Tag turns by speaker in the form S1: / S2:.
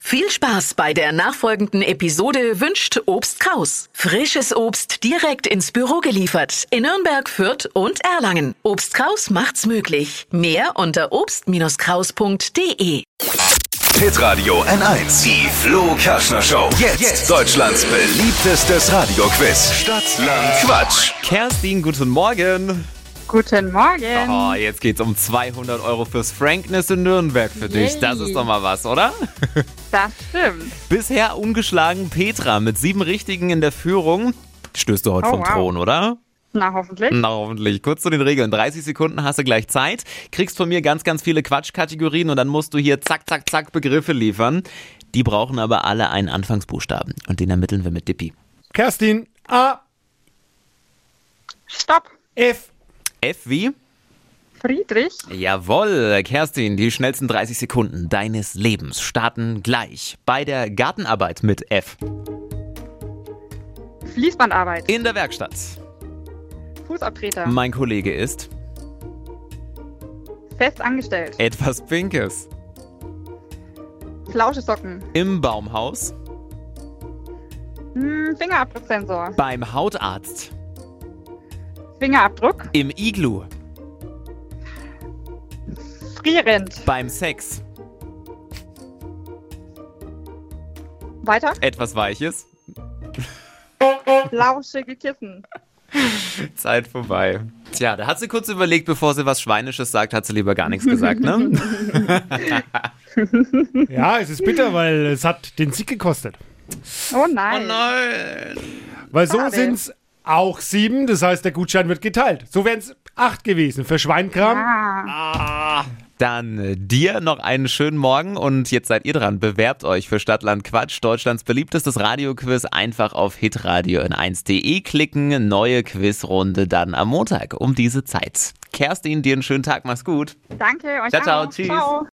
S1: Viel Spaß bei der nachfolgenden Episode wünscht Obst Kraus. Frisches Obst direkt ins Büro geliefert in Nürnberg, Fürth und Erlangen. Obst Kraus macht's möglich. Mehr unter obst-kraus.de.
S2: Pit Radio N1, die Flo Kaschner Show. Jetzt, Deutschlands beliebtestes Radioquiz. Stadt, Land, Quatsch.
S3: Kerstin, guten Morgen.
S4: Guten Morgen.
S3: Oh, jetzt geht's um 200 Euro fürs Frankness in Nürnberg für dich.
S4: Yay.
S3: Das ist doch mal was, oder?
S4: Das stimmt.
S3: Bisher ungeschlagen Petra mit sieben Richtigen in der Führung. Stößt du heute
S4: Oh,
S3: vom
S4: wow.
S3: Thron, oder?
S4: Na, hoffentlich.
S3: Na, hoffentlich. Kurz zu den Regeln. 30 Sekunden hast du gleich Zeit. Kriegst von mir ganz, ganz viele Quatschkategorien und dann musst du hier zack, zack, zack Begriffe liefern. Die brauchen aber alle einen Anfangsbuchstaben. Und den ermitteln wir mit Dippi.
S5: Kerstin, A,
S4: Stopp.
S5: F,
S3: F wie?
S4: Friedrich.
S3: Jawohl, Kerstin, die schnellsten 30 Sekunden deines Lebens starten gleich bei der Gartenarbeit mit F.
S4: Fließbandarbeit.
S3: In der Werkstatt. Hm.
S4: Fußabtreter.
S3: Mein Kollege ist
S4: Fest angestellt.
S3: etwas Pinkes. Hm.
S4: Flauschesocken.
S3: Im Baumhaus.
S4: Hm, Fingerabdrucksensor.
S3: Beim Hautarzt.
S4: Fingerabdruck.
S3: Im Iglu.
S4: Frierend.
S3: Beim Sex.
S4: Weiter.
S3: Etwas Weiches. Hm.
S4: Flauschige Kissen.
S3: Zeit vorbei. Tja, da hat sie kurz überlegt, bevor sie was Schweinisches sagt, hat sie lieber gar nichts gesagt, ne?
S5: Ja, es ist bitter, weil es hat den Sieg gekostet.
S4: Oh nein.
S5: Weil so
S4: Schade.
S5: sind's auch sieben, das heißt, der Gutschein wird geteilt. So wären's acht gewesen für Schweinkram.
S4: Ah,
S3: Dann äh, dir noch einen schönen Morgen und jetzt seid ihr dran. Bewerbt euch für Stadtland Quatsch, Deutschlands beliebtestes Radioquiz. Einfach auf hitradio in 1.de klicken. Neue Quizrunde dann am Montag um diese Zeit. Kerstin, dir einen schönen Tag, mach's gut.
S4: danke euch.
S3: Ciao, ciao,
S4: auch.
S3: tschüss.
S4: Ciao.